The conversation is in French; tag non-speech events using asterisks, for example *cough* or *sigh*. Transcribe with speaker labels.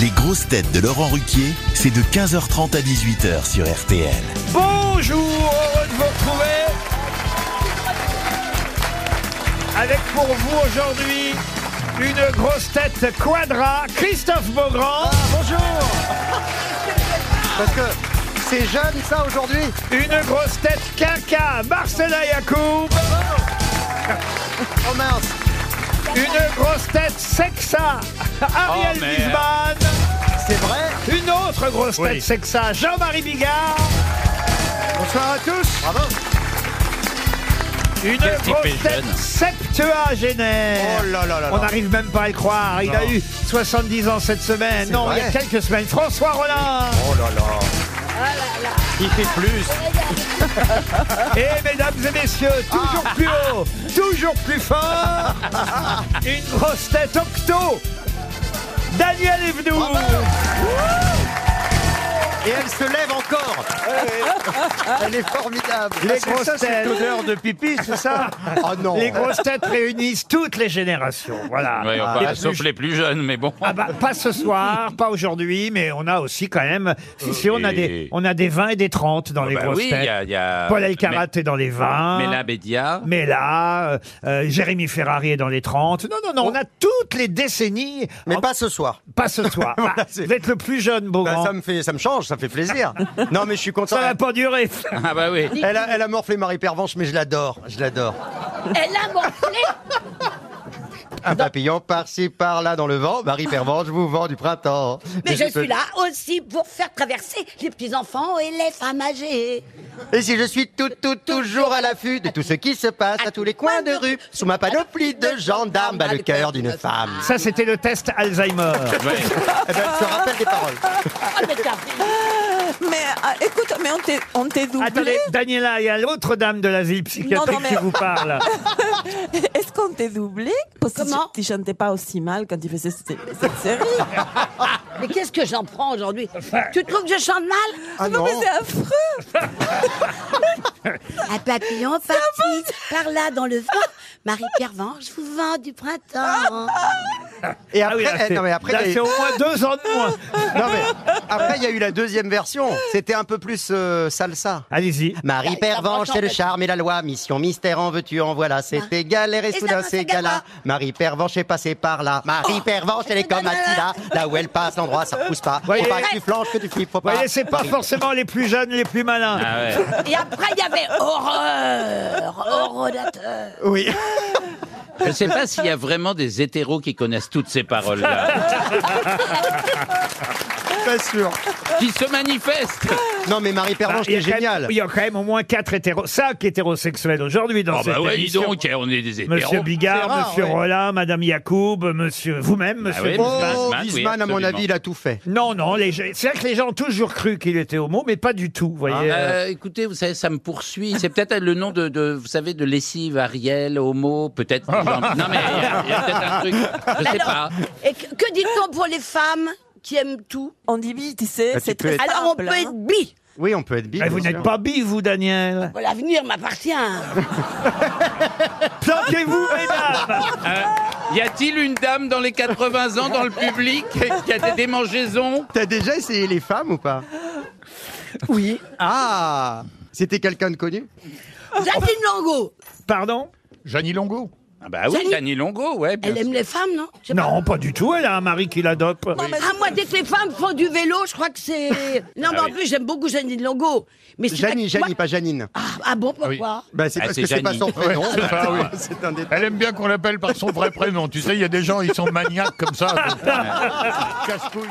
Speaker 1: Les grosses têtes de Laurent Ruquier, c'est de 15h30 à 18h sur RTL.
Speaker 2: Bonjour, heureux de vous retrouver. Avec pour vous aujourd'hui une grosse tête quadra, Christophe Beaugrand. bonjour. Parce que c'est jeune ça aujourd'hui. Une grosse tête quinca, Marcela Yacoub. Oh mince. Une grosse tête sexa, Ariel
Speaker 3: merde.
Speaker 2: Wiesmann. C'est vrai. Une autre grosse tête
Speaker 3: Oui.
Speaker 2: sexa, Jean-Marie Bigard. Bonsoir à tous. Bravo. Une
Speaker 3: Quel type
Speaker 2: grosse
Speaker 3: est
Speaker 2: tête
Speaker 3: jeune.
Speaker 2: septuagénaire.
Speaker 3: Oh là là là
Speaker 2: On
Speaker 3: là.
Speaker 2: n'arrive même pas à le croire. Il a
Speaker 3: Non.
Speaker 2: eu 70 ans cette semaine.
Speaker 3: C'est
Speaker 2: Non,
Speaker 3: vrai.
Speaker 2: il y a quelques semaines. François
Speaker 4: *laughs*
Speaker 2: Rollin.
Speaker 3: Oh là là. Il fait plus.
Speaker 2: Et mesdames et messieurs, toujours
Speaker 4: Ah.
Speaker 2: plus haut, toujours plus
Speaker 4: *laughs*
Speaker 2: fort, une grosse tête octo, Daniel Evenou.
Speaker 4: Ah bah.
Speaker 5: Et elle se lève encore. Elle est formidable.
Speaker 4: Ah,
Speaker 2: Les grosses têtes.
Speaker 5: de pipi,
Speaker 2: *laughs*
Speaker 5: c'est ça Oh non.
Speaker 2: Les grosses têtes réunissent toutes les générations. Voilà.
Speaker 4: Oui,
Speaker 2: Ah,
Speaker 4: enfin,
Speaker 2: les plus
Speaker 4: sauf les plus jeunes, mais bon.
Speaker 2: Ah bah, pas ce soir, pas aujourd'hui, mais on a aussi quand même. Si, si, on a des, on a des 20 et des 30 dans les
Speaker 4: Bah
Speaker 2: grosses
Speaker 4: oui, il
Speaker 2: têtes.
Speaker 4: y a, il y a-
Speaker 2: Paul Elkarat est dans les 20.
Speaker 4: Mais la Bédia.
Speaker 2: Mais là, euh, euh, Jérémy Ferrari est dans les 30. Non, non, non, on a toutes les décennies.
Speaker 5: Mais
Speaker 2: En-
Speaker 5: pas ce soir.
Speaker 2: Pas ce soir.
Speaker 5: *laughs* Voilà,
Speaker 2: Ah,
Speaker 5: c'est-
Speaker 2: vous êtes le plus jeune, Beaugrand.
Speaker 5: Bah, ça me fait, ça me change, ça fait plaisir. non, mais je suis content.
Speaker 2: Ça va pas
Speaker 5: *laughs*
Speaker 2: durer.
Speaker 4: Ah bah oui.
Speaker 5: Elle a, elle a morflé Marie Pervenche, mais je l'adore, je l'adore.
Speaker 6: Elle a morflé
Speaker 5: Un papillon par-ci, par-là dans le vent, Marie Pervenche vous vend du printemps.
Speaker 6: Mais je
Speaker 5: peux-
Speaker 6: suis là aussi pour faire traverser les petits-enfants et les femmes âgées.
Speaker 5: Et si je suis tout, tout, toujours à l'affût de tout ce qui se passe à tous les coins de rue, sous ma panoplie de gendarmes, bat le cœur d'une femme.
Speaker 2: Ça, c'était le test Alzheimer.
Speaker 5: *laughs*
Speaker 4: Ouais.
Speaker 5: Eh ben, elle se rappelle des paroles.
Speaker 6: Oh, mais t'as pris
Speaker 7: Mais ah, écoute, mais on t'est- on t'est doublé.
Speaker 2: Attendez, Daniela, il y a l'autre dame de l'asile psychiatrique
Speaker 7: Non, non, mais-
Speaker 2: qui vous
Speaker 5: *laughs*
Speaker 2: parle.
Speaker 7: Est-ce qu'on t'est doublé Parce que
Speaker 6: Comment
Speaker 7: tu chantais pas aussi mal quand tu faisais cette, cette série.
Speaker 5: Ah
Speaker 6: Mais qu'est-ce que j'en prends aujourd'hui Tu trouves que je chante mal
Speaker 5: Ah
Speaker 7: non, mais c'est affreux.
Speaker 6: Un papillon parti par là dans le vent. Marie-Pierre Vange vous vend du printemps.
Speaker 5: Et
Speaker 2: Ah oui,
Speaker 5: après,
Speaker 2: là,
Speaker 5: eh,
Speaker 2: c'est-
Speaker 5: non, mais après,
Speaker 2: là,
Speaker 5: il y a-
Speaker 2: c'est au moins deux ans de
Speaker 5: *laughs*
Speaker 2: moins.
Speaker 5: Non mais après il y a eu la deuxième version. C'était un peu plus euh, salsa.
Speaker 2: Allez-y.
Speaker 5: Marie Pervenche, c'est le charme et la loi. Mission mystère en veux-tu, en voilà. C'était galère et
Speaker 6: ça,
Speaker 5: soudain
Speaker 6: ça,
Speaker 5: c'est
Speaker 6: ça,
Speaker 5: gala.
Speaker 6: gala.
Speaker 5: Marie Pervenche est passée par là. Marie Pervenche, elle est comme Attila. Là où elle passe, l'endroit ça repousse pas. Faut
Speaker 2: Voyez.
Speaker 5: pas que tu flanches, que tu flippes, faut
Speaker 2: Vous
Speaker 5: pas.
Speaker 2: voyez, c'est pas forcément les plus jeunes, les plus malins.
Speaker 4: Ah ouais.
Speaker 6: Et après, il y avait horreur, horrorateur.
Speaker 5: Oui.
Speaker 4: Je sais pas s'il y a vraiment des hétéros qui connaissent toutes
Speaker 2: *laughs*
Speaker 4: ces paroles-là,
Speaker 5: Pas sûr.
Speaker 4: qui se manifestent.
Speaker 5: Non mais Marie
Speaker 2: Ah,
Speaker 5: Pervenche,
Speaker 2: il, y
Speaker 5: qui
Speaker 2: a quand
Speaker 5: est
Speaker 2: même-
Speaker 5: géniale.
Speaker 2: il y a quand même au moins quatre hétéros, cinq hétérosexuels aujourd'hui dans
Speaker 4: Oh
Speaker 2: cette
Speaker 4: bah ouais, dis
Speaker 2: émission.
Speaker 4: donc, on est des hétéros.
Speaker 2: Monsieur Bigard,
Speaker 5: C'est rare,
Speaker 2: Monsieur
Speaker 5: ouais.
Speaker 2: Rollin, Madame Yacoub, Monsieur vous-même, Monsieur
Speaker 4: oui,
Speaker 2: Bourbon.
Speaker 4: Wiesmann,
Speaker 5: Oh,
Speaker 4: oui,
Speaker 5: Wiesmann, à mon
Speaker 4: absolument.
Speaker 5: avis, il a tout fait.
Speaker 2: Non, non, les... gens- c'est vrai que les gens ont toujours cru qu'il était homo, mais pas du tout, vous voyez.
Speaker 5: Ah,
Speaker 2: euh.
Speaker 4: Euh, écoutez, vous savez, ça me poursuit. C'est peut-être euh, le nom de, de- vous savez, de lessive, Ariel, Homo, peut-être. Non mais il y a, il y a peut-être un truc. Je sais pas.
Speaker 6: Alors, et que, que dit-on pour les femmes qui aiment tout
Speaker 7: On dit oui, tu sais,
Speaker 5: Bah, tu
Speaker 7: c'est
Speaker 5: peux
Speaker 7: très
Speaker 5: être-
Speaker 7: simple.
Speaker 6: Alors, on peut
Speaker 7: hein.
Speaker 6: être bi.
Speaker 5: Oui, on peut être bi.
Speaker 2: Mais Bah,
Speaker 5: bien
Speaker 2: Eh, vous
Speaker 5: sûr.
Speaker 2: n'êtes pas bi, vous, Daniel.
Speaker 6: L'avenir m'appartient.
Speaker 5: *laughs*
Speaker 2: Plantez-vous, mesdames
Speaker 4: Euh, y a-t-il une dame dans les 80 ans dans le public qui a des démangeaisons
Speaker 5: T'as déjà essayé les femmes ou pas
Speaker 6: Oui.
Speaker 5: Ah, c'était quelqu'un de connu
Speaker 6: Jacqueline Lango,
Speaker 2: Pardon
Speaker 8: Jeannie Longo.
Speaker 4: Ah bah oui,
Speaker 6: Salut.
Speaker 4: Dani Longo, ouais. bien
Speaker 6: elle aime les femmes, non Je sais pas.
Speaker 2: Non, pas du tout. Elle a un mari qui l'adopte.
Speaker 6: Ah, moi, dès que les femmes font du vélo, je crois que c'est. Non, mais
Speaker 4: Ah
Speaker 6: en
Speaker 4: oui.
Speaker 6: plus, j'aime beaucoup Janine Longo. Mais c'est
Speaker 5: Janie,
Speaker 6: vrai que moi-
Speaker 5: Janie, pas Janine.
Speaker 6: Ah, ah bon, pourquoi
Speaker 5: Bah, c'est
Speaker 4: Ah,
Speaker 5: parce
Speaker 4: c'est
Speaker 5: que c'est pas
Speaker 4: Janine.
Speaker 5: son prénom.
Speaker 8: Ouais, c'est ça, oui.
Speaker 5: C'est un détail.
Speaker 8: Elle aime bien qu'on l'appelle par son vrai prénom. Tu sais, il y a des gens, ils sont maniaques comme ça. Casse-couille.